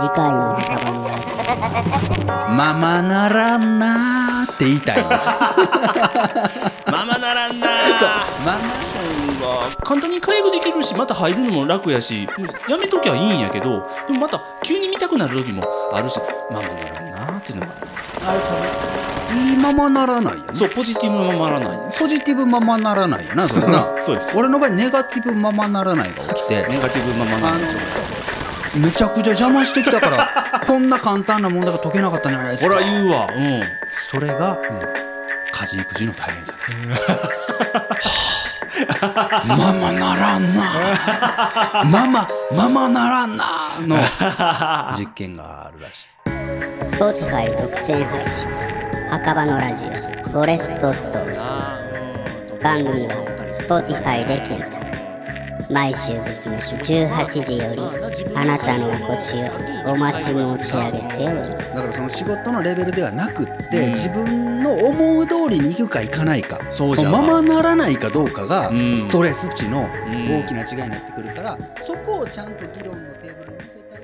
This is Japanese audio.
次回の墓場のやつママならんなーって言いたい ままならんなママ簡単に解約できるしまた入るのも楽やしやめときゃいいんやけどでもまた急に見たくなる時もあるしままならんなっていうのがあれさいいままならないよねそうポジティブままならないポジティブままならないよなそれな そうです俺の場合ネガティブままならないが起きてネガティブままなあらないのめちゃくちゃ邪魔してきたから こんな簡単な問題が解けなかったんじゃないです俺かは言うわうんそれが、家事育児の大変さです、はあママならんな ママママならんなの実験があるらしい Spotify 独占配信墓場のラジオフォレストストーリー番組は Spotify で検索毎週月曜日18時よりあなたのお越しをお待ち申し上げておりますだからその仕事のレベルではなくって、自分の思う通りに行くか行かないかそうじゃままならないかどうかがんストレス値の大きな違いになってくるから、そこをちゃんと議論のテーブルに乗せた上で